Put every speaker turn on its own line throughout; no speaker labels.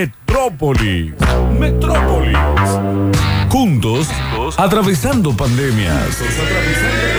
Metrópolis. Metrópolis. Juntos, atravesando pandemias. Atravesando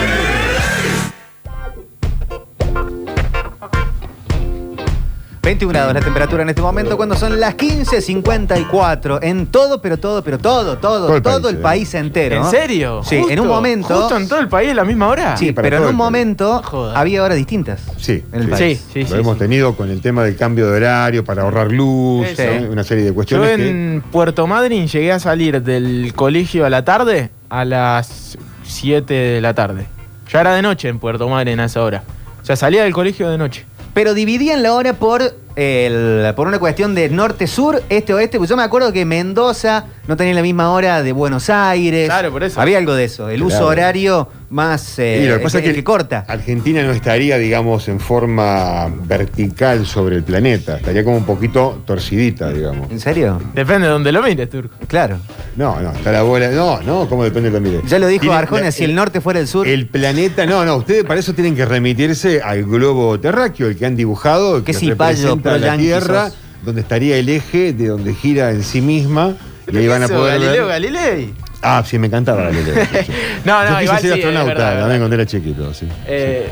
21 grados la temperatura en este momento cuando son las 15.54 en todo, pero todo, pero todo, todo, todo el, todo país, eh. el país, entero.
¿En serio?
Sí, justo, en un momento.
¿Justo en todo el país a la misma hora?
Sí, sí pero en un momento Joder. había horas distintas.
Sí,
en el
sí,
país.
Sí, sí, Lo hemos tenido con el tema del cambio de horario para ahorrar luz, ¿no? una serie de cuestiones.
Yo en
que...
Puerto Madryn llegué a salir del colegio a la tarde a las 7 de la tarde. Ya era de noche en Puerto Madryn a esa hora. O sea, salía del colegio de noche.
Pero dividían la hora por, el, por una cuestión de norte-sur, este-oeste. Pues yo me acuerdo que Mendoza no tenía la misma hora de Buenos Aires.
Claro, por eso.
Había algo de eso. El claro. uso horario más eh, y lo que pasa es, es que, que, corta.
Argentina no estaría, digamos, en forma vertical sobre el planeta. Estaría como un poquito torcidita, digamos.
¿En serio?
Depende de donde lo mires, Turco.
Claro.
No, no, está la bola. No, no, ¿cómo depende de lo mires?
Ya lo dijo Arjona, la, si el, el norte fuera el sur.
El planeta, no, no, ustedes para eso tienen que remitirse al globo terráqueo, el que han dibujado, el que,
si representa
la Tierra, sos. donde estaría el eje de donde gira en sí misma. Y ahí van a poder
Galileo
ver...
Galilei.
Ah, sí, me encantaba Galileo.
no, no,
Yo quise
igual
ser
sí,
astronauta,
es verdad,
también cuando era chiquito, sí.
Eh,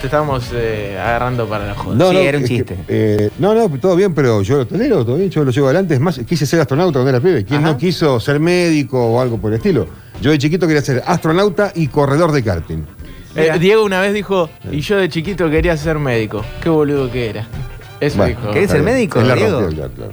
Te estábamos eh, agarrando para la joda.
No, sí, no, era un chiste.
Que, eh, no, no, todo bien, pero yo lo tolero, todo bien, yo lo llevo adelante. Es más, quise ser astronauta cuando era pibe. ¿Quién Ajá. no quiso ser médico o algo por el estilo? Yo de chiquito quería ser astronauta y corredor de karting.
Eh, Diego una vez dijo, y yo de chiquito quería ser médico. Qué boludo que era. Eso bueno, dijo.
¿Querés ser médico,
la
Diego?
Rompió, claro, claro.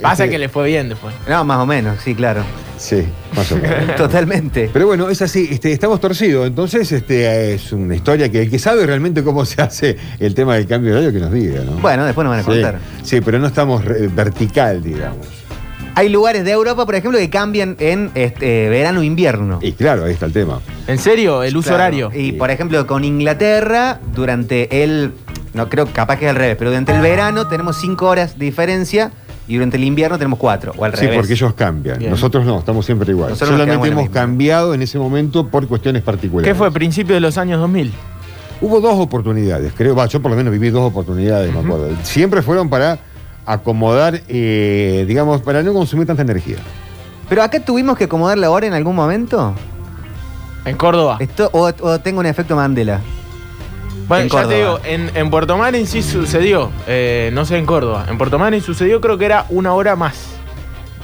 Pasa
Este-
que le fue bien después.
No, más o menos, sí, claro.
Sí, más o menos.
Totalmente.
Pero bueno, es así, este, estamos torcidos. Entonces, este, es una historia que el que sabe realmente cómo se hace el tema del cambio de horario que nos diga, ¿no?
Bueno, después nos van a contar.
Sí, sí pero no estamos eh, vertical, digamos.
Hay lugares de Europa, por ejemplo, que cambian en este, verano-invierno.
Y claro, ahí está el tema.
¿En serio? El uso
claro.
horario.
Y sí. por ejemplo, con Inglaterra, durante el. No creo, capaz que es al revés, pero durante el verano tenemos cinco horas de diferencia y durante el invierno tenemos cuatro, o al
sí,
revés.
porque ellos cambian. Bien. Nosotros no, estamos siempre igual.
Nosotros
Solamente
nos
hemos en cambiado en ese momento por cuestiones particulares.
¿Qué fue? ¿Principio de los años 2000?
Hubo dos oportunidades, creo. Va, yo por lo menos viví dos oportunidades, uh -huh. me acuerdo. Siempre fueron para acomodar, eh, digamos, para no consumir tanta energía.
¿Pero acá tuvimos que acomodar la hora en algún momento?
En
Ah.
Córdoba.
Esto, o, o tengo un efecto Mandela.
Bueno, ya te digo, en, en, Puerto Madryn sí sucedió, eh, no sé en Córdoba, en Puerto Madryn sucedió creo que era una hora más.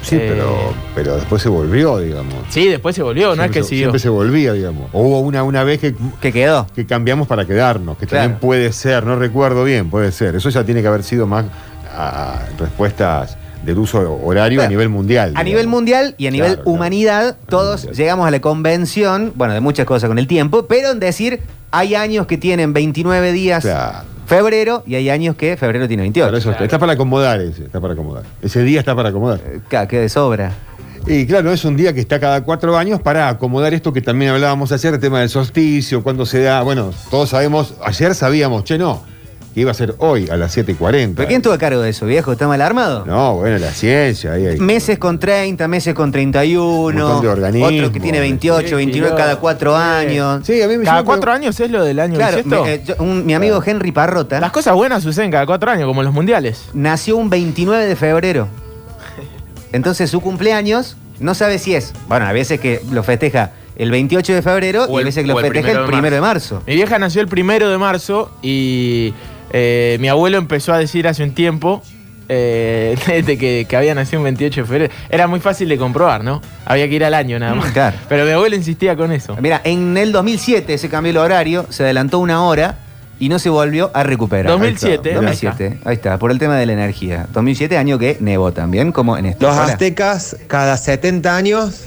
Sí, eh, pero, pero después se volvió, digamos.
Sí, después se volvió,
siempre
no es que
se,
siguió.
Siempre se volvía, digamos. O hubo una, una vez que...
Que quedó.
Que cambiamos para quedarnos, que claro. también puede ser, no recuerdo bien, puede ser. Eso ya tiene que haber sido más a, respuestas del uso horario claro. a nivel mundial.
A digamos. nivel mundial y a nivel claro, humanidad, todos mundial. llegamos a la convención, bueno, de muchas cosas con el tiempo, pero en decir, hay años que tienen 29 días claro. febrero y hay años que febrero tiene 28.
Eso, claro. Está para acomodar ese, está para acomodar. Ese día está para acomodar.
Eh, que de sobra.
Y claro, es un día que está cada cuatro años para acomodar esto que también hablábamos ayer, el tema del solsticio, cuándo se da. Bueno, todos sabemos, ayer sabíamos, che, no, que iba a ser hoy a las 7.40.
¿Pero quién tuvo a cargo de eso, viejo? ¿Está mal armado?
No, bueno, la ciencia. Ahí hay...
Meses con 30, meses con 31.
De
otro que tiene 28, sí, 29 cada cuatro sí. años.
Sí, a mí me
Cada cuatro que... años es lo del año
Claro,
esto?
Me, eh, yo, un, mi amigo claro. Henry Parrota.
Las cosas buenas suceden cada cuatro años, como los mundiales.
Nació un 29 de febrero. Entonces su cumpleaños no sabe si es. Bueno, a veces que lo festeja el 28 de febrero o y a veces que lo festeja el primero de marzo.
Mi vieja nació el primero de marzo y eh, mi abuelo empezó a decir hace un tiempo eh, desde que, que, había nacido un 28 de febrero. Era muy fácil de comprobar, ¿no? Había que ir al año nada más.
Mm, Claro.
Pero mi abuelo insistía con eso.
Mira, en el 2007 se cambió el horario, se adelantó una hora. Y no se volvió a recuperar. Ahí
2007.
está, 2007. Ahí está. Ahí está, por el tema de la energía. 2007, año que nevó también, como en este.
Los hora. aztecas, cada 70 años,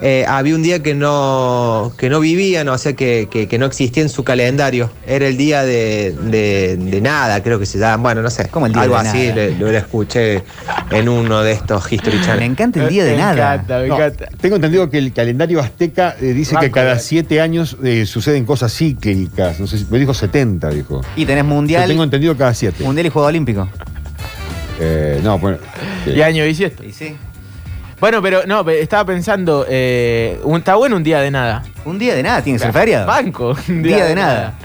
eh, había un día que no, que no vivían, o sea, que, que, que no existía en su calendario. Era el día de, de, de nada, creo que se llama. Bueno, no sé.
¿Cómo el día
algo
de
así
nada? Ah,
Le, lo, escuché en uno de estos History Channel.
Me encanta Este el día de
me
nada.
Encanta, me no, encanta.
Tengo entendido que el calendario azteca eh, dice Banco, que cada siete años eh, suceden cosas cíclicas. No sé si, me dijo 70, dijo.
Y tenés mundial. Yo
tengo entendido cada siete. Eh,
Mundial y Juego Olímpico.
no, bueno.
Y año bisiesto.
Y sí.
Bueno, pero no, estaba pensando, eh, un, está bueno un día de nada.
Un día de nada tiene que ser feriado.
Banco,
un día, día de, de nada. nada.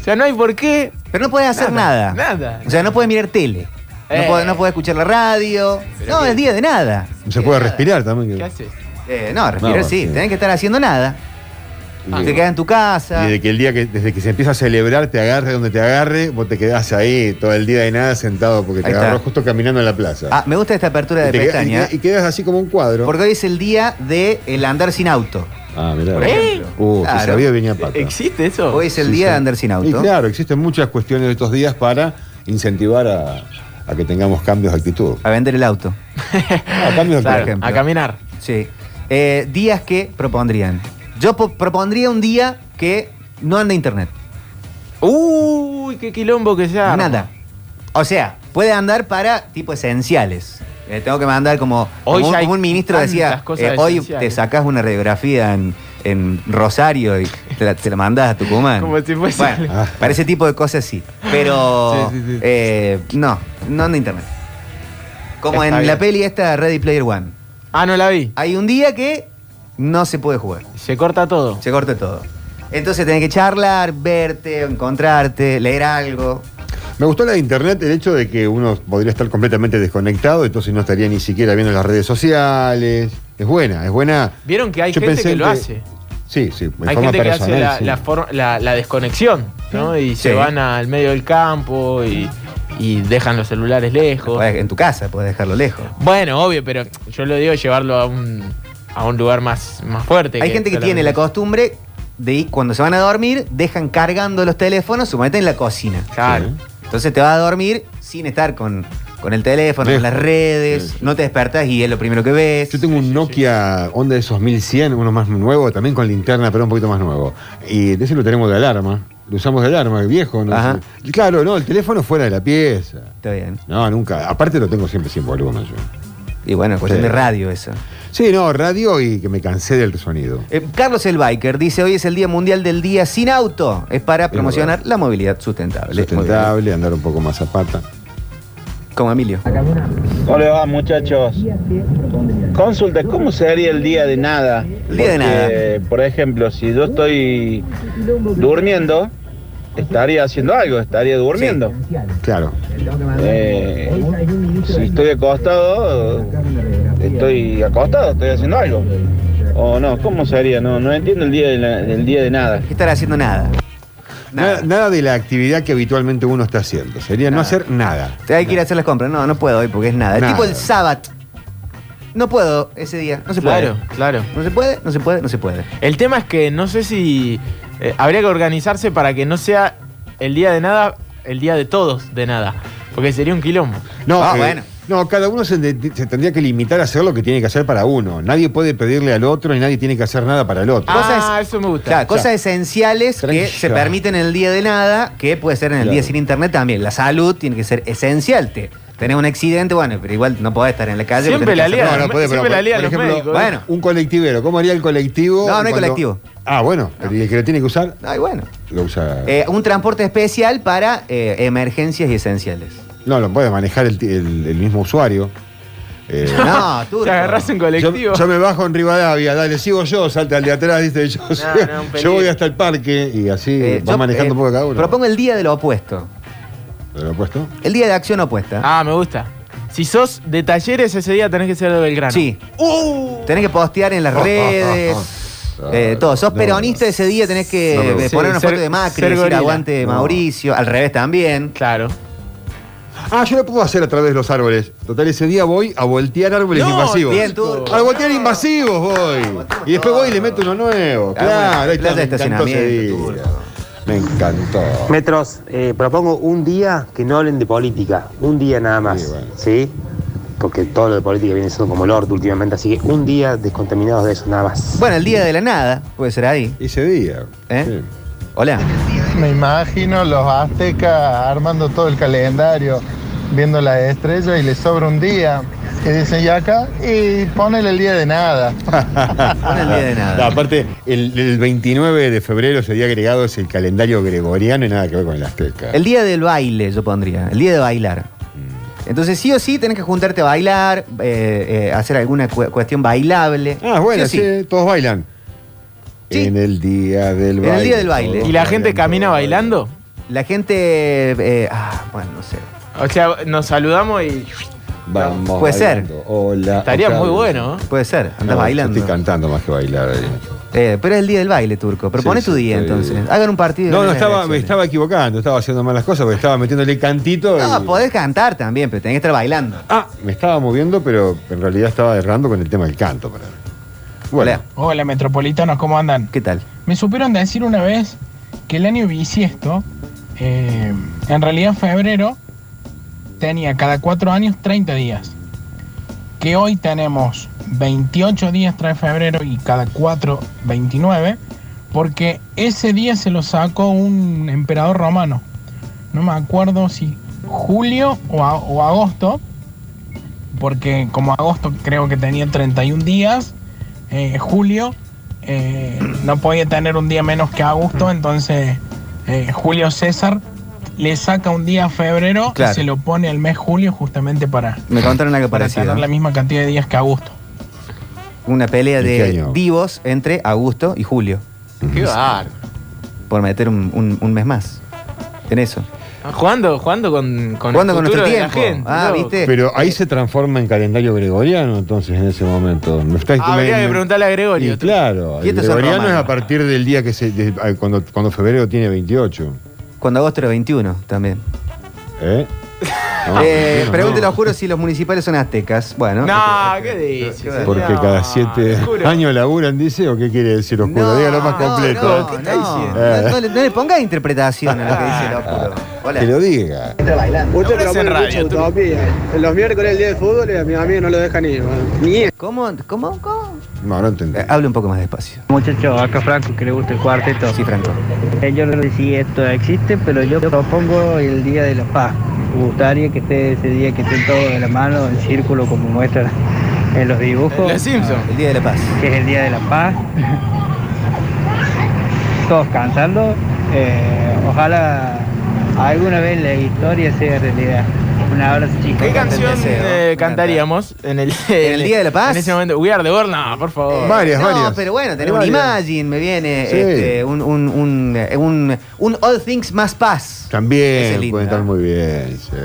O sea, no hay por qué.
Pero no puedes hacer
nada,
nada.
Nada.
O sea, no puedes mirar tele. No,
Eh.
puede, no puede escuchar la radio.
Pero
No,
qué-
es día de nada.
Se puede respirar también.
¿Qué haces?
Eh, no, respirar
No,
sí.
sí.
Tenés que estar haciendo nada.
Y-
Te quedas en tu casa.
Y de que el día que, desde que se empieza a celebrar, te agarre donde te agarre, vos te quedás ahí todo el día de nada sentado porque te
Ahí está.
agarró justo caminando en la plaza.
Ah, me gusta esta apertura
y,
de
te queda- y
pestaña.
queda- y quedas así como un cuadro.
Porque hoy es el día de el andar sin auto.
ah, mirá.
por ejemplo.
Uh, que
Claro.
sabía venía pata.
¿Existe eso?
Hoy es el
Sí,
día
sí.
de andar sin
Y
auto.
claro, existen muchas cuestiones de estos días para incentivar a, a que tengamos cambios de actitud.
A vender el auto.
Ah, cambios de
Claro.
actitud.
A caminar.
Sí. Eh, días que propondrían. Yo po- propondría un día que no anda internet.
Uy, qué quilombo que sea.
Nada. O sea, puede andar para tipo esenciales. Eh, tengo que mandar como,
Hoy
como, un-
ya hay
como un ministro
tantas
decía,
cosas
eh, hoy
esenciales.
te sacás una radiografía en, en Rosario y te la, te la mandás a Tucumán.
Como si fuese-
Bueno,
Ah.
para ese tipo de cosas sí. Pero
Sí, sí, sí.
eh, no, no anda internet. Como
Está
en la
bien.
peli esta Ready Player One.
Ah, no la vi.
Hay un día que no se puede jugar.
Se corta todo.
Se corta todo. Entonces tenés que charlar, verte, encontrarte, leer algo.
Me gustó la de internet el hecho de que uno podría estar completamente desconectado, entonces no estaría ni siquiera viendo las redes sociales. Es buena, es buena.
Vieron que hay
Yo
gente
pensé
que lo
que-
hace.
Sí, sí, en
Hay
forma
gente que hace
personal,
la,
sí.
la for- la- la desconexión, ¿no? Y se
Sí.
van al medio del campo y, y dejan los celulares lejos.
Podés- en tu casa podés dejarlo lejos.
Bueno, obvio, pero yo lo digo llevarlo a un, a un lugar más, más fuerte.
Hay gente que tiene la
solamente-
costumbre de ir- cuando se van a dormir, dejan cargando los teléfonos, suponete en la cocina.
Claro.
Entonces te vas a dormir sin estar con, con el teléfono,
Lejos.
con las redes,
Sí, sí.
no te despertas y es lo primero que ves.
Yo tengo un Nokia Onda de esos 1100, uno más nuevo, también con linterna, pero un poquito más nuevo. Y de ese lo tenemos de alarma. Lo usamos de alarma, el viejo, ¿no?
Ajá.
Y Claro, no, el teléfono fuera de la pieza.
Está bien.
No, nunca. Aparte lo tengo siempre sin volumen yo.
Y bueno, cuestión
Sí.
de radio eso.
Sí, no, radio y que me cansé del sonido.
Eh, Carlos el Biker dice, hoy es el Día Mundial del Día Sin Auto. Es para promocionar la movilidad sustentable. Muy
Sustentable, andar un poco más a pata.
bien. Como Emilio.
¿Cómo le va, muchachos? Consulta, ¿cómo sería el día de nada?
El día de
Porque, Por ejemplo, si yo estoy durmiendo, estaría haciendo algo, estaría durmiendo.
Claro.
Eh, si estoy acostado, estoy acostado, estoy haciendo algo. O no, ¿cómo sería? No, no entiendo el día de, la- del día de nada.
¿Qué estará haciendo nada?
Nada. nada de la actividad que habitualmente uno está haciendo. Sería no
Nada.
hacer nada.
Te hay que ir a hacer las compras. No, no puedo hoy porque es nada. Es
Nada.
tipo el sábado. No puedo ese día. No se puede.
Claro, claro.
No se puede, no se puede, no se puede.
El tema es que no sé si eh, habría que organizarse para que no sea el día de nada, el día de todos de nada. Porque sería un quilombo.
No,
Ah,
eh,
bueno.
No, cada uno se, se tendría que limitar a hacer lo que tiene que hacer para uno. Nadie puede pedirle al otro y nadie tiene que hacer nada para el otro.
ah,
Cosas-
eso me gusta.
Claro, cosas esenciales que
Tranquila.
se permiten en el día de nada, que puede ser en el
Claro.
día sin internet también. La salud tiene que ser esencial. Te, tenés un accidente, bueno, pero igual no podés estar en la calle. porque
Siempre la
tenés que hacer-
lía,
no, no puede,
siempre
pero,
la lía
por
los
ejemplo,
médicos.
bueno.
Un colectivero, ¿cómo haría el colectivo?
No, no hay colectivo.
Ah, bueno, pero ¿y el que lo tiene que usar,
Ay, bueno.
lo usa.
Eh, un transporte especial para eh, emergencias y esenciales.
No, lo puede manejar el, el- el mismo usuario. Eh,
No, tú.
Te agarrás un colectivo.
Yo, yo me bajo en Rivadavia, dale, sigo yo, salta al de atrás, ¿viste? Yo,
no, un
yo voy
peligro.
hasta el parque y así
Eh,
va
yo,
manejando
eh,
un poco cada uno.
Propongo el día de lo opuesto.
¿Lo he puesto?
El día de acción opuesta.
Ah, me gusta. Si sos de talleres ese día tenés que ser de
Ah,
Belgrano.
Sí.
Uh.
Tenés que postear en
Oh,
las redes. eh, todo. Sos
Ah, No,
peronista ese día, tenés que
No me gusta.
eh, poner una
Sí,
foto
ser-
de Macri,
ser
decir
gorila.
aguante
No.
Mauricio. Al revés también.
Claro.
Ah, yo lo puedo hacer a través de los árboles. Total, ese día voy a voltear árboles
No,
invasivos.
Bien, tú. Ah,
A voltear invasivos voy. Y después voy y le meto uno nuevo. Claro, ahí
plaza
está.
Ah, de este
Me encantó ese
estacionamiento,
día. Me encantó.
Metros, eh, propongo un día que no hablen de política, un día nada más,
Sí, bueno.
¿sí? Porque todo lo de política viene siendo como el orto últimamente, así que un día descontaminados de eso nada más.
Bueno, el día de la nada. Puede ser ahí.
Ese día.
¿Eh?
Sí.
Hola.
Me imagino los aztecas armando todo el calendario, viendo las estrellas y les sobra un día. Y dicen, ¿y acá? Y ponele el día de nada.
Pon el día de nada.
No, aparte, el, el 29 de febrero ese día agregado es el calendario gregoriano y nada que ver con el azteca.
El día del baile, yo pondría. El día de bailar.
Mm.
Entonces, sí o sí, tenés que juntarte a bailar, eh, eh, hacer alguna cu- cuestión bailable.
Ah, bueno,
Sí
sí,
o sí.
todos bailan.
Sí.
En el día del
En el
baile.
día del baile.
todos
¿Y la gente
bailan,
camina
todos
bailando?
La gente. eh, ah, bueno, no sé.
O sea, nos saludamos y.
Vamos.
Puede ser.
bailando. Hola.
Estaría
Octavio.
muy bueno, ¿eh? ¿no?
Puede ser, andás
No, yo
bailando.
Estoy cantando más que bailar. eh.
Eh, pero es el día del baile, turco. Propone
Sí,
tu
sí,
día
estoy-
entonces. Hagan un partido.
No, no,
ganen las
estaba, me
elecciones.
estaba equivocando, estaba haciendo malas cosas, porque estaba metiéndole cantito.
No,
y-
Ah, podés cantar también, pero tenés que estar bailando.
Ah, me estaba moviendo, pero en realidad estaba errando con el tema del canto. Para mí. Bueno,
Hola.
Hola, metropolitanos, ¿cómo andan?
¿Qué tal?
Me supieron decir una vez que el año bisiesto, eh, en realidad febrero, tenía cada cuatro años 30 días. Que hoy tenemos 28 días tras febrero y cada cuatro 29, porque ese día se lo sacó un emperador romano. No me acuerdo si julio o, a- o agosto, porque como agosto creo que tenía 31 días, eh, julio eh, no podía tener un día menos que Augusto, entonces eh, Julio César le saca un día a febrero
Claro.
y se lo pone al mes julio justamente para,
Me contaron algo
para
parecido.
tener la misma cantidad de días que Augusto.
Una pelea
¿En qué
de
año?
divos entre Augusto y Julio.
Qué bar.
Por meter un, un- un mes más. En eso.
Jugando, jugando con, con
¿Cuándo con
futuro
nuestro
de la
tiempo?
gente.
ah,
loco.
¿viste?
pero ahí se transforma en calendario gregoriano, entonces, en ese momento. Me está-
Ah, Habría
me-
que
me-
preguntarle a Gregorio.
Y claro, el
¿Quién te son
gregoriano es
romanos?
a partir del día que se. de- cuando, cuando febrero tiene 28.
Cuando agosto era 21 también.
¿Eh? No,
eh,
no,
pregúntelo,
no.
juro, si los municipales son aztecas. Bueno.
No, ¿qué Ah, dices?
Porque
No,
cada siete
juro.
años laburan, dice, o qué quiere decir oscuro. Dígalo más completo.
No,
eh. Ah.
no, no, no le, no le ponga interpretación a lo que dice el oscuro. Hola.
Que lo diga.
Usted Ahora es en propone radio, mucha tú.
Los miércoles el día de fútbol y a mis amigos no lo dejan ir.
¿Cómo? ¿Cómo? ¿Cómo?
No, no entendí.
Eh, hable un poco más despacio.
Muchachos, acá Franco que le gusta el cuarteto.
Sí, Franco.
Eh, Yo no sé si esto existe, pero yo propongo el Día de la Paz. Me gustaría que esté ese día que estén todos de la mano, en círculo, como muestran en los dibujos,
Los Simpsons.
El Día de la Paz.
que es el Día de la Paz. Todos cantando. eh, ojalá alguna vez la historia sea realidad. Un abrazo, chicos.
¿Qué
Canta el
canción
deseo.
eh, cantaríamos en el,
¿En el Día de la Paz?
En ese momento. We are the world, no, por favor.
Varias,
Eh, no,
varias.
pero bueno, tenemos un
Varias.
Imagine, me viene
Sí.
este, un, un, un, eh, un- un All Things Más Paz. Ese es
También
lindo,
pueden estar
¿no?
muy bien. sí.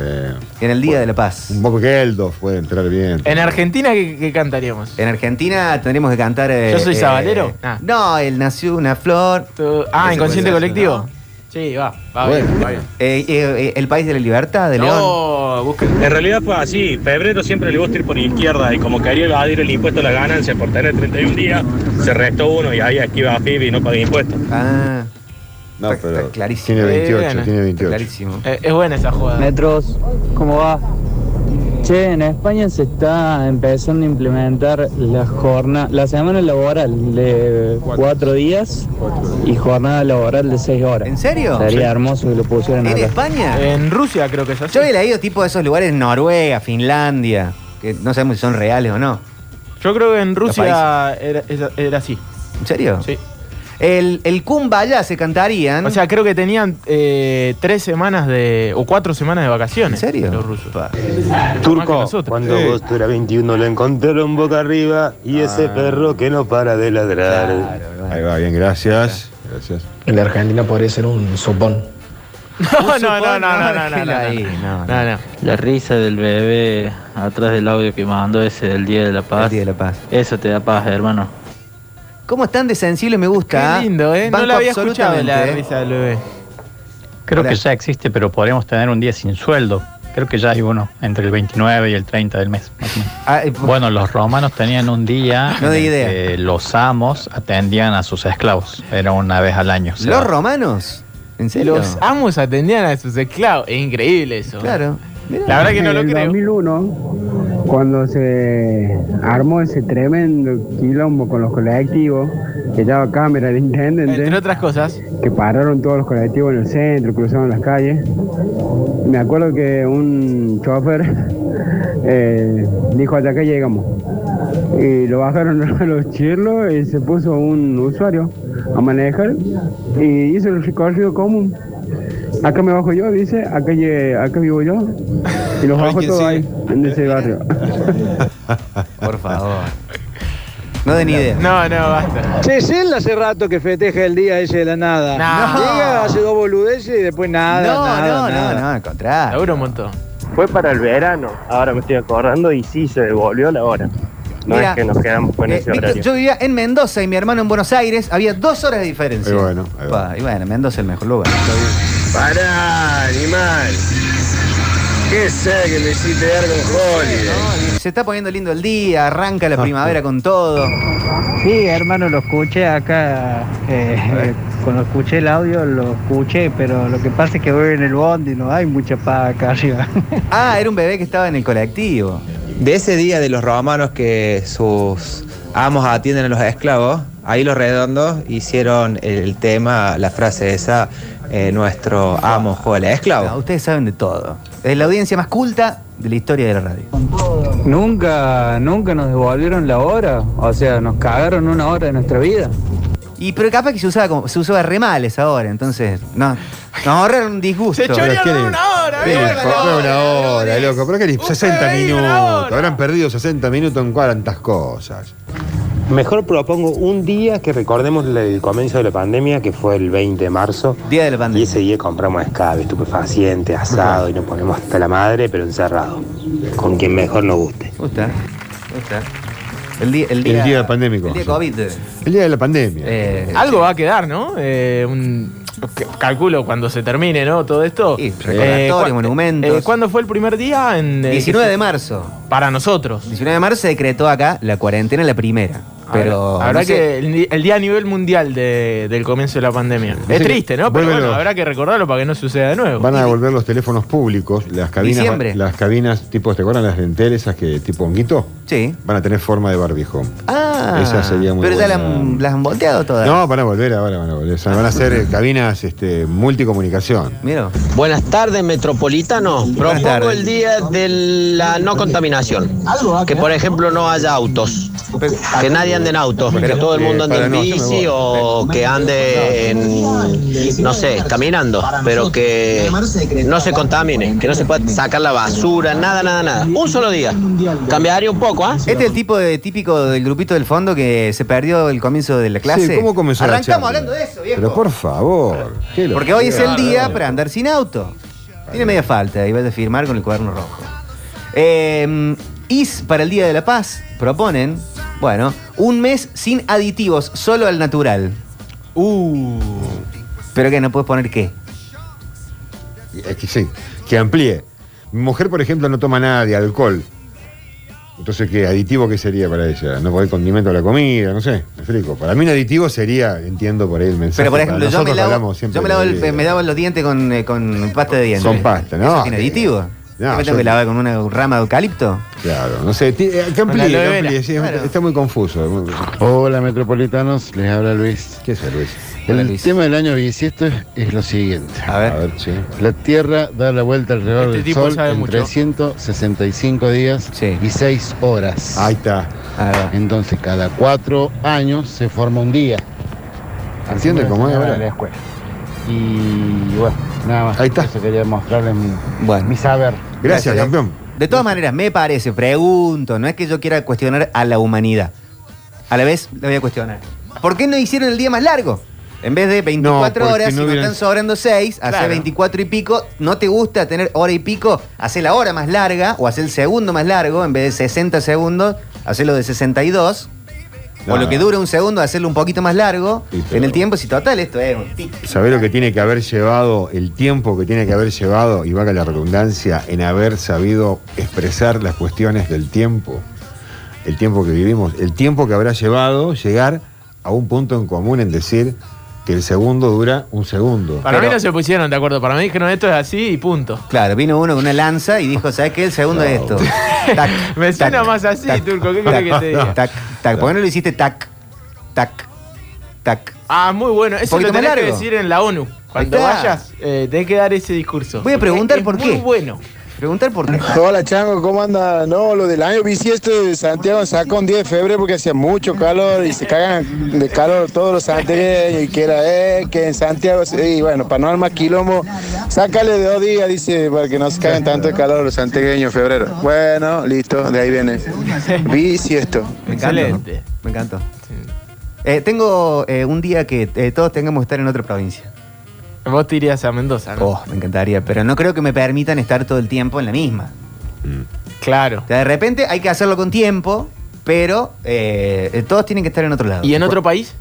En el Día de la Paz.
Un poco que Eldos puede entrar bien.
En Argentina, ¿qué, qué cantaríamos?
En Argentina tendríamos que cantar. eh,
¿Yo soy
eh,
sabalero? Ah.
No, él nació una flor.
Tú- ah,
Ese
inconsciente
puede ser,
colectivo.
¿no?
Sí, va, va
Bueno,
bien, va bien. Oh,
Eh, eh, eh, el país de la libertad, de León.
No, busquen.
En realidad fue así, febrero siempre le gusta ir por la izquierda y como quería evadir el impuesto a la ganancia por tener 31 días, se restó uno y ahí aquí va FIB y no pagué impuestos.
Ah,
No,
Está-
pero
está clarísimo.
Tiene
Eh,
28, tiene
bueno,
está
28.
clarísimo.
Eh, es buena esa jugada.
Metros, ¿cómo va? Che, en España se está empezando a implementar la jornada, la semana laboral de cuatro días y jornada laboral de seis horas.
¿En serio?
Sería hermoso que lo pusieran
¿En
acá.
España?
En Rusia creo que es así.
Yo he leído tipo de esos lugares, Noruega, Finlandia, que no sabemos si son reales o no.
Yo creo que en Rusia
países.
era, era- era así.
¿En serio?
Sí.
El, el Kumbaya se cantarían.
O sea, creo que tenían eh, tres semanas de. o cuatro semanas de
¿en
vacaciones.
serio?
Los rusos.
Pa.
Turco,
Cuando
Sí.
vos era 21 lo encontraron boca arriba y ese
Ah.
perro que no para de ladrar.
Ahí va, bien, gracias. Gracias.
En la Argentina podría ser un sopón.
No, no, no, no, no, no, no, no,
Ahí, no,
no,
no.
no, no.
La risa del bebé atrás del audio que mandó ese del Día de la
El Día de la Paz.
Eso te da paz, hermano.
¿Cómo están de sensible me gusta? ¿ah?
Qué lindo, ¿eh? No
Banco
la había escuchado la
absolutamente, ¿eh?
risa del bebé.
Creo
Hola.
que ya existe, pero podríamos tener un día sin sueldo. Creo que ya hay uno entre el 29 y el 30 del mes. más o menos.
Ah, eh,
Bueno, los romanos tenían un día
No
en
eh,
de
el
idea.
que los amos atendían a sus esclavos. Era una vez al año. o sea,
¿Los romanos? ¿En serio? Ah,
Los amos atendían a sus esclavos. Es increíble eso.
Claro. Mirá.
La verdad que no lo creo.
2001, cuando se armó ese tremendo quilombo con los colectivos, que estaba cámara el
Entre
intendente,
otras cosas,
que pararon todos los colectivos en el centro, cruzaron las calles. Me acuerdo que un chofer eh, dijo hasta acá llegamos. Y lo bajaron a los chirlos y se puso un usuario a manejar y hizo el recorrido común. Acá me bajo yo, dice, acá, lle- acá vivo yo. Y los
A ver
bajo
quién
todos
sigue.
ahí, en ese barrio.
Por favor. No den idea.
no, no, basta.
Cecel hace rato que festeja el día ese de la nada.
No.
Llega, hace dos boludeces y después nada.
no,
nada,
no,
nada.
no, no, al contrario.
Laburo un montón.
Fue para el verano, ahora me estoy acordando y sí se devolvió la hora. No
Mira,
es que nos quedamos con
Eh,
ese
Víctor,
horario.
yo vivía en Mendoza y mi hermano en Buenos Aires. Había dos horas de diferencia.
Ahí
bueno, y bueno, Mendoza es el mejor lugar.
Pará, animal. ¿Qué sé que me hiciste dar con Holly?
Se está poniendo lindo el día, arranca la primavera con todo.
Sí, hermano, lo escuché acá, eh, eh, cuando escuché el audio lo escuché, pero lo que pasa es que voy en el bondi, no hay mucha paga acá arriba.
Ah, era un bebé que estaba en el colectivo.
De ese día de los romanos que sus amos atienden a los esclavos, ahí los redondos hicieron el tema, la frase esa, eh, nuestro amo juega al
No,
esclavo.
ustedes saben de todo. Es la audiencia más culta de la historia de la radio.
Nunca, nunca nos devolvieron la hora. O sea, nos cagaron una hora de nuestra vida.
Y pero capaz que se usaba como, se usaba remales ahora, entonces no, nos ahorraron un disgusto.
Pero ¿quién es? Sí, fue una hora, loco. Pero que ni 60 minutos. Habrán perdido 60 minutos en cuantas cosas.
Mejor propongo un día que recordemos el comienzo de la pandemia, que fue el 20 de marzo.
Día de la pandemia.
Y ese día compramos escabe, estupefaciente, asado, y nos ponemos hasta la madre, pero encerrado. Con quien mejor nos guste.
Gusta. gusta. El día, el
El
día,
día pandémico.
El día COVID.
El día de la pandemia.
Eh,
Algo va a quedar, ¿no? Eh, un- c- calculo cuando se termine, ¿no? Todo esto.
recordatorios,
cua-
monumentos.
eh, ¿Cuándo fue el primer día? En, eh,
19 de marzo.
Para nosotros.
19 de marzo se decretó acá la cuarentena la primera. Pero.
habrá
no sé,
que el, el día a nivel mundial de- del comienzo de la pandemia.
sé
es
que-
triste, ¿no? Pero
vuélvelo.
bueno, habrá que recordarlo para que no suceda de nuevo.
Van a devolver los teléfonos públicos, las cabinas,
Diciembre.
las cabinas tipo, ¿te acuerdan las denteles esas que tipo honguito?
Sí.
Van a tener forma de barbijo.
Ah,
Esa sería muy
pero ya
buena.
la han- las han volteado todas.
No, van a volver, ahora van a volver. O sea, van a ser eh, cabinas este, multicomunicación.
Mira.
Buenas tardes, Metropolitano. Propongo
tardes.
el día de la no contaminación. Que, por ejemplo, no haya autos. Que nadie ande en autos. Que todo el mundo ande en bici o que ande en, no sé, caminando. Pero que no se contamine. Que no se pueda sacar la basura, nada, nada, nada. Un solo día. Cambiaría un poco, ¿ah?
Este es el tipo de típico del grupito del fondo que se perdió el comienzo de la clase.
Sí, ¿cómo comenzó la charla?
Arrancamos hablando de eso, viejo.
Pero por favor. qué locura.
Porque hoy es el día para andar sin auto. Tiene media falta, y vas a firmar con el cuaderno rojo. Eh, IS para el Día de la Paz proponen, bueno, un mes sin aditivos, solo al natural. Uh. ¿Pero qué? ¿No puedes poner qué?
Es eh, que sí, que amplíe. Mi mujer, por ejemplo, no toma nada de alcohol. Entonces, ¿qué aditivo qué sería para ella? No poner condimento a la comida, no sé, me explico. Para mí un aditivo sería, entiendo por ahí el mensaje.
Pero por
para
ejemplo, yo me
nosotros que
lavo,
hablamos siempre
yo me
de
lavo, el-
bebida.
me lavo los dientes con, eh, con pasta de dientes.
Son pasta, ¿no?
¿Eso tiene aditivo? ¿Yo
No,
me tengo
yo-
que lavar con una rama de eucalipto?
Claro, no sé, ti- eh, que
Con la
amplíe, que
aloe vera,
amplíe, sí,
claro.
está muy confuso.
Hola metropolitanos, les habla Luis.
¿Qué es Luis?
El tema del año bisiesto es, es lo siguiente.
A ver. sí.
La Tierra da la vuelta alrededor
Este
del
tipo
Sol
sabe
en
mucho.
365 días y 6 horas.
Ahí está.
Entonces cada 4 años se forma un día.
¿Entiende
Así
cómo
me
es
enseñaron
ahora?
en la escuela. Y bueno, nada más.
Ahí está.
Eso quería mostrarles mi,
Bueno.
mi saber.
Gracias, campeón.
¿eh? De todas maneras, me parece, pregunto, no es que yo quiera cuestionar a la humanidad. A la vez, la voy a cuestionar. ¿Por qué no hicieron el día más largo? En vez de 24
porque
horas,
no
si nos
hubieran-
están sobrando 6, hace
Claro.
24 y pico. ¿No te gusta tener hora y pico? Hace la hora más larga o hace el segundo más largo. En vez de 60 segundos, hacelo de 62. O
Claro.
lo que dura un segundo, hacerlo un poquito más largo
Sí, pero-
en el tiempo. Si total, esto es un tic.
Saber lo que tiene que haber llevado, el tiempo que tiene que haber llevado, y vaga la redundancia, en haber sabido expresar las cuestiones del tiempo, el tiempo que vivimos, el tiempo que habrá llevado llegar a un punto en común en decir que el segundo dura un segundo.
Para
Pero-
mí no se pusieron de acuerdo. Para mí dijeron esto es así y punto.
Claro, vino uno con una lanza y dijo, ¿sabes qué? El segundo es esto. Tac,
Me
tac,
suena más así,
tac,
Turco. ¿Qué
tac,
crees que te diga?
Tac, tac. ¿Por qué no lo hiciste tac, tac, tac?
Ah, muy bueno. Eso
Poquito
lo tenés
más
que
largo.
decir en la ONU. Cuando
Ahí está.
vayas, eh, tenés que dar ese discurso.
Voy a preguntar por qué.
Muy bueno.
Preguntar por qué.
Hola Chango, ¿cómo anda? No, lo del año bisiesto de Santiago saca un 10 de febrero porque hacía mucho calor y se cagan de calor todos los santiagueños y que era, eh, que en Santiago, se- y bueno, para no armar quilombo, sácale de dos días, dice, para que no se caguen tanto de calor los santiagueños en febrero. Bueno, listo, de ahí viene. Bisiesto.
Me encanta. Me encantó. Eh, tengo eh, un día que eh, todos tengamos que estar en otra provincia.
Vos te irías a Mendoza, ¿no?
Oh, me encantaría, pero no creo que me permitan estar todo el tiempo en la misma.
Claro.
O sea, de repente hay que hacerlo con tiempo, pero eh, todos tienen que estar en otro lado.
¿Y en otro país?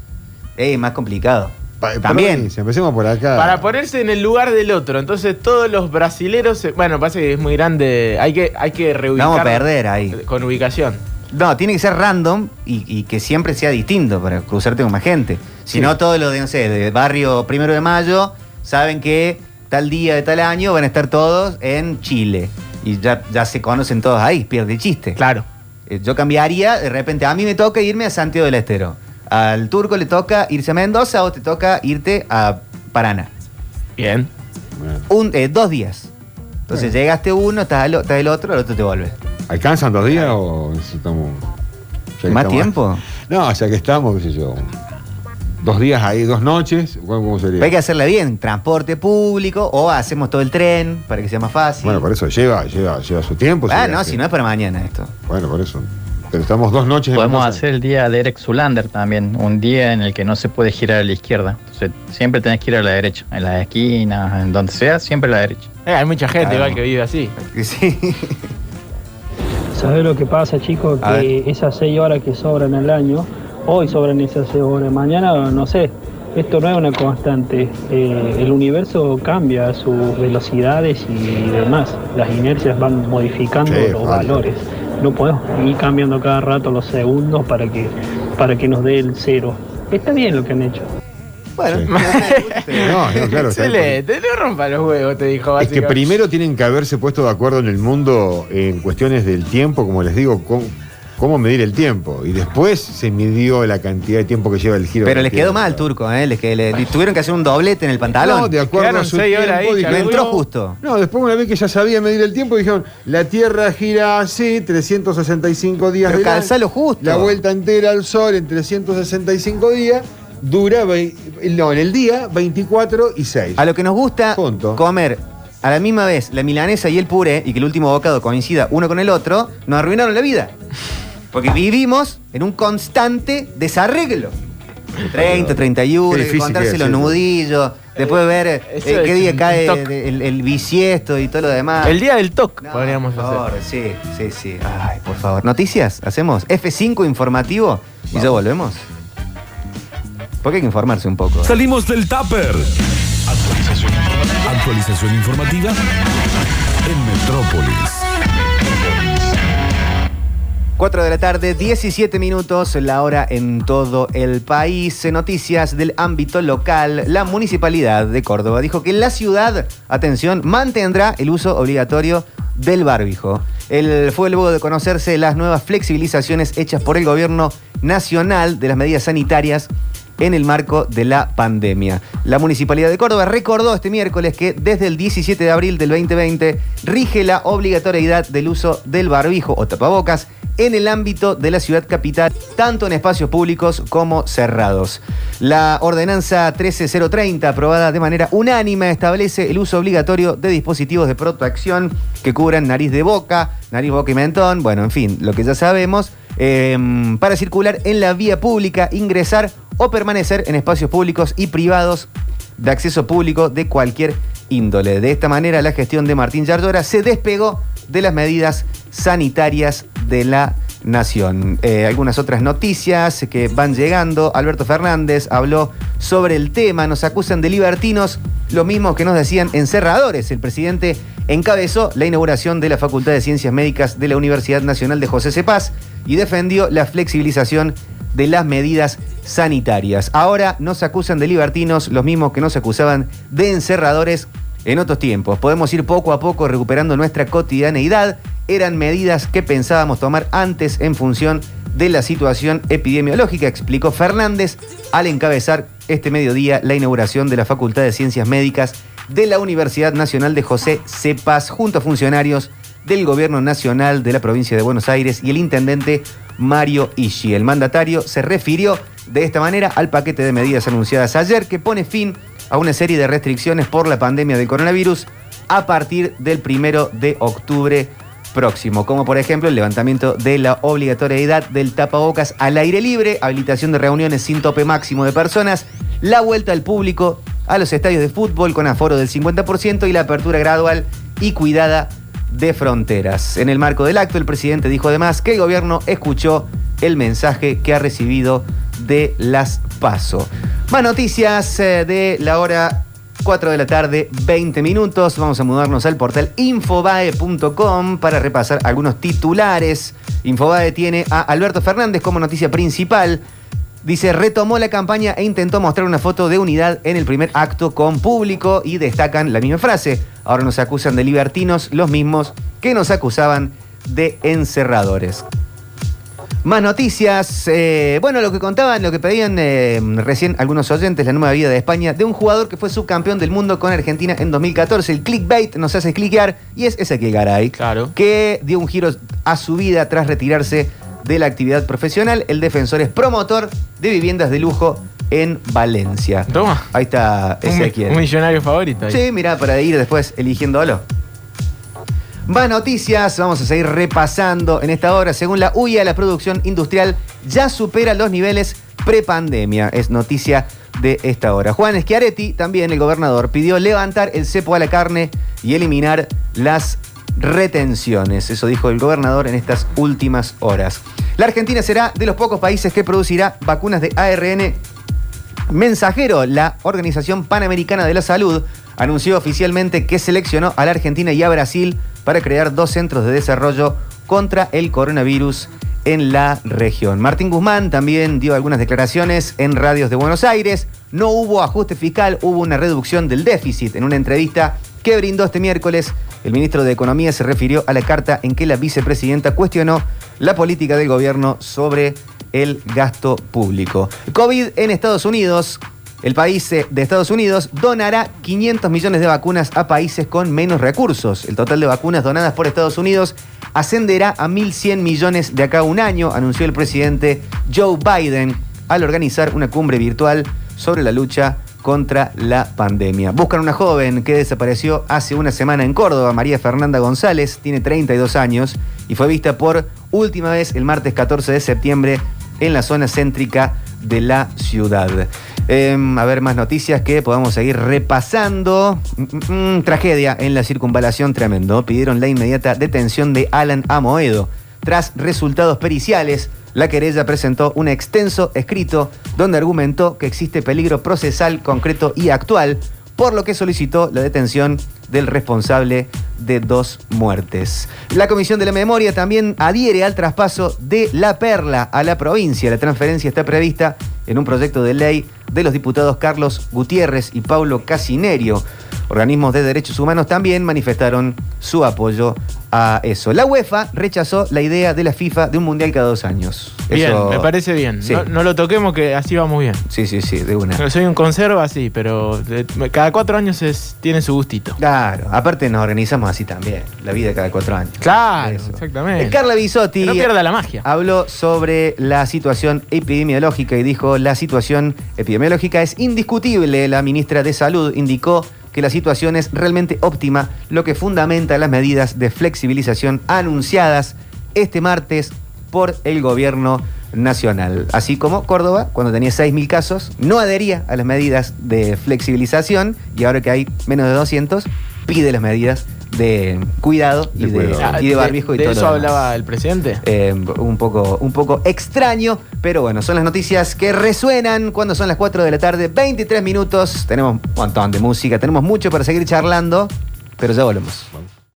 Eh, más complicado.
Pa-
También. pues.
provincia, empecemos por
Ah.
acá.
Para ponerse en el lugar del otro. Entonces todos los brasileros. se- Bueno, pasa que es muy grande. Hay que, hay que reubicar.
Vamos a perder ahí.
Con ubicación.
No, tiene que ser random y, y que siempre sea distinto para cruzarte con más gente. Si no, todos los de, no sé, de barrio primero de mayo saben que tal día de tal año van a estar todos en Chile. Y ya, ya se conocen todos ahí, pierde el chiste. Eh,
Claro.
yo cambiaría, de repente, a mí me toca irme a Santiago del Estero. Al turco le toca irse a Mendoza o te toca irte a Paraná.
Bien.
Un, eh, dos días. Entonces llegaste uno, estás, al o- estás el otro, el otro te vuelve.
¿Alcanzan dos días o necesitamos ya que
¿Más
estamos-
tiempo?
No, ya que estamos, qué sé yo. Dos días ahí, dos noches. ¿Cómo cómo sería?
Pero hay que hacerla bien, transporte público o hacemos todo el tren para que sea más fácil.
Bueno, por eso lleva, lleva, lleva su tiempo.
ah,
ese
no,
viaje.
si no es para mañana esto.
Bueno, por eso. Pero estamos dos noches
Podemos
Mendoza.
hacer el día de Eric Zulander también, un día en el que no se puede girar a la izquierda. Entonces, siempre tenés que ir a la derecha, en las esquinas, en donde sea, siempre a la derecha.
Eh, hay mucha gente
Claro.
igual que vive así.
Sí.
¿Sabes lo que pasa, chicos?
A
Que esas seis horas que sobran al año, hoy sobran esas seis horas, mañana no sé. Esto no es una constante. Eh, el universo cambia sus velocidades y demás. Las inercias van modificando
Sí,
los
falta.
valores. No podemos ir cambiando cada rato los segundos para que, para que nos dé el cero. Está bien lo que han hecho.
Bueno,
No, no, claro, está bien.
Excelente, no rompa los huevos, te dijo
Es que
básicamente.
primero tienen que haberse puesto de acuerdo en el mundo en cuestiones del tiempo, como les digo, cómo, cómo medir el tiempo. Y después se midió la cantidad de tiempo que lleva el giro.
Pero
de la
les quedó
Tierra.
mal al turco, ¿eh? Les que- le- le tuvieron que hacer un doblete en el pantalón.
No, de acuerdo a su tiempo, dijeron-
Le entró justo.
No, después una vez que ya sabía medir el tiempo, dijeron, la Tierra gira así, 365 días
Pero
del año.
calzalo justo.
La vuelta entera al Sol en 365 días dura, vei- no, en el día, 24 y 6.
A lo que nos gusta comer a la misma vez la milanesa y el puré y que el último bocado coincida uno con el otro, nos arruinaron la vida. Porque vivimos en un constante desarreglo. 30, 31, hay
Qué
que
difícil que
contarse
es,
los
¿eh?
nudillos, después ver eh,
eso
qué
es
día
un
cae
toc.
de- el, el bisiesto y todo lo demás.
El día del TOC
No,
podríamos
por favor,
hacer.
sí, sí, sí. Ay, por favor. ¿Noticias? ¿Hacemos F5 informativo? Y ya volvemos. Porque hay que informarse un poco.
Salimos del tupper. Actualización, actualización informativa en Metrópolis.
4 de la tarde, 17 minutos, la hora en todo el país. Noticias del ámbito local. La municipalidad de Córdoba dijo que la ciudad, atención, mantendrá el uso obligatorio del barbijo. El, fue luego de conocerse las nuevas flexibilizaciones hechas por el gobierno nacional de las medidas sanitarias en el marco de la pandemia. La Municipalidad de Córdoba recordó este miércoles que desde el 17 de abril del 2020 rige la obligatoriedad del uso del barbijo o tapabocas en el ámbito de la ciudad capital, tanto en espacios públicos como cerrados. La ordenanza 13030, aprobada de manera unánime, establece el uso obligatorio de dispositivos de protección que cubran nariz de boca, nariz, boca y mentón, bueno, en fin, lo que ya sabemos, em, para circular en la vía pública, ingresar o permanecer en espacios públicos y privados de acceso público de cualquier índole. De esta manera, la gestión de Martín Yardora se despegó de las medidas sanitarias de la nación. Eh, algunas otras noticias que van llegando. Alberto Fernández habló sobre el tema. Nos acusan de libertinos, lo mismo que nos decían encerradores. El presidente encabezó la inauguración de la Facultad de Ciencias Médicas de la Universidad Nacional de José Cepaz y defendió la flexibilización de las medidas sanitarias. Ahora nos acusan de libertinos, los mismos que nos acusaban de encerradores en otros tiempos. Podemos ir poco a poco recuperando nuestra cotidianeidad. Eran medidas que pensábamos tomar antes en función de la situación epidemiológica, explicó Fernández al encabezar este mediodía la inauguración de la Facultad de Ciencias Médicas de la Universidad Nacional de José Cepas junto a funcionarios del Gobierno Nacional de la provincia de Buenos Aires y el intendente Mario Ishi. El mandatario se refirió de esta manera al paquete de medidas anunciadas ayer que pone fin a una serie de restricciones por la pandemia del coronavirus a partir del primero de octubre próximo, como por ejemplo el levantamiento de la obligatoriedad del tapabocas al aire libre, habilitación de reuniones sin tope máximo de personas, la vuelta al público a los estadios de fútbol con aforo del 50% y la apertura gradual y cuidada de fronteras. En el marco del acto, el presidente dijo además que el gobierno escuchó el mensaje que ha recibido de las PASO. Más noticias eh, de la hora 4 de la tarde, 20 minutos. Vamos a mudarnos al portal infobae.com para repasar algunos titulares. Infobae tiene a Alberto Fernández como noticia principal. Dice, retomó la campaña e intentó mostrar una foto de unidad en el primer acto con público y destacan la misma frase. Ahora nos acusan de libertinos, los mismos que nos acusaban de encerradores. Más noticias. eh, bueno, lo que contaban, lo que pedían eh, recién algunos oyentes, la nueva vida de España, de un jugador que fue subcampeón del mundo con Argentina en 2014. El clickbait nos hace cliquear y es Ezequiel Garay, que dio un giro a su vida tras retirarse de la actividad profesional. El defensor es promotor de viviendas de lujo en Valencia. Toma. Ahí está
Un mi-
Ezequiel.
un millonario favorito ahí.
Sí, mirá, para ir después eligiéndolo. Más noticias, vamos a seguir repasando en esta hora. Según la UIA, la producción industrial ya supera los niveles prepandemia. Es noticia de esta hora. Juan Schiaretti, también el gobernador, pidió levantar el cepo a la carne y eliminar las retenciones. Eso dijo el gobernador en estas últimas horas. La Argentina será de los pocos países que producirá vacunas de ARN Mensajero, la Organización Panamericana de la Salud, anunció oficialmente que seleccionó a la Argentina y a Brasil para crear dos centros de desarrollo contra el coronavirus en la región. Martín Guzmán también dio algunas declaraciones en radios de Buenos Aires. No hubo ajuste fiscal, hubo una reducción del déficit. En una entrevista que brindó este miércoles, el ministro de Economía se refirió a la carta en que la vicepresidenta cuestionó la política del gobierno sobre el gasto público. COVID en Estados Unidos. El país eh, de Estados Unidos donará 500 millones de vacunas a países con menos recursos. El total de vacunas donadas por Estados Unidos ascenderá a 1.100 millones de acá a un año, anunció el presidente Joe Biden al organizar una cumbre virtual sobre la lucha contra la pandemia. Buscan una joven que desapareció hace una semana en Córdoba, María Fernanda González, tiene 32 años y fue vista por última vez el martes 14 de septiembre en la zona céntrica de la ciudad. Em, a ver, más noticias que podamos seguir repasando. Mm, mm, mm, tragedia en la circunvalación tremendo. Pidieron la inmediata detención de Alan Amoedo. Tras resultados periciales, la querella presentó un extenso escrito donde argumentó que existe peligro procesal concreto y actual, por lo que solicitó la detención del responsable de dos muertes. La Comisión de la Memoria también adhiere al traspaso de La Perla a la provincia. La transferencia está prevista en un proyecto de ley de los diputados Carlos Gutiérrez y Paulo Casinerio. Organismos de derechos humanos también manifestaron su apoyo a eso. La UEFA rechazó la idea de la FIFA de un mundial cada dos años.
Bien,
Eso-
me parece bien.
Sí.
No, no lo toquemos que así vamos bien.
Sí, sí, sí, de una.
Soy un conserva, sí, pero de- cada cuatro años es- tiene su gustito.
Claro, aparte nos organizamos así también, la vida cada cuatro años.
Claro,
Eso.
exactamente.
Eh, Carla Bisotti
Que no pierda la magia.
habló sobre la situación epidemiológica y dijo la situación epidemiológica es indiscutible. La ministra de Salud indicó que la situación es realmente óptima, lo que fundamenta las medidas de flexibilización anunciadas este martes por el gobierno nacional. Así como Córdoba, cuando tenía 6.000 casos, no adhería a las medidas de flexibilización y ahora que hay menos de 200, pide las medidas de cuidado y de,
Ah,
y de barbijo y
de
todo
eso
lo demás.
hablaba el presidente.
Eh, un, poco, un poco extraño, pero bueno, son las noticias que resuenan cuando son las 4 de la tarde, 23 minutos. Tenemos un montón de música, tenemos mucho para seguir charlando, pero ya volvemos.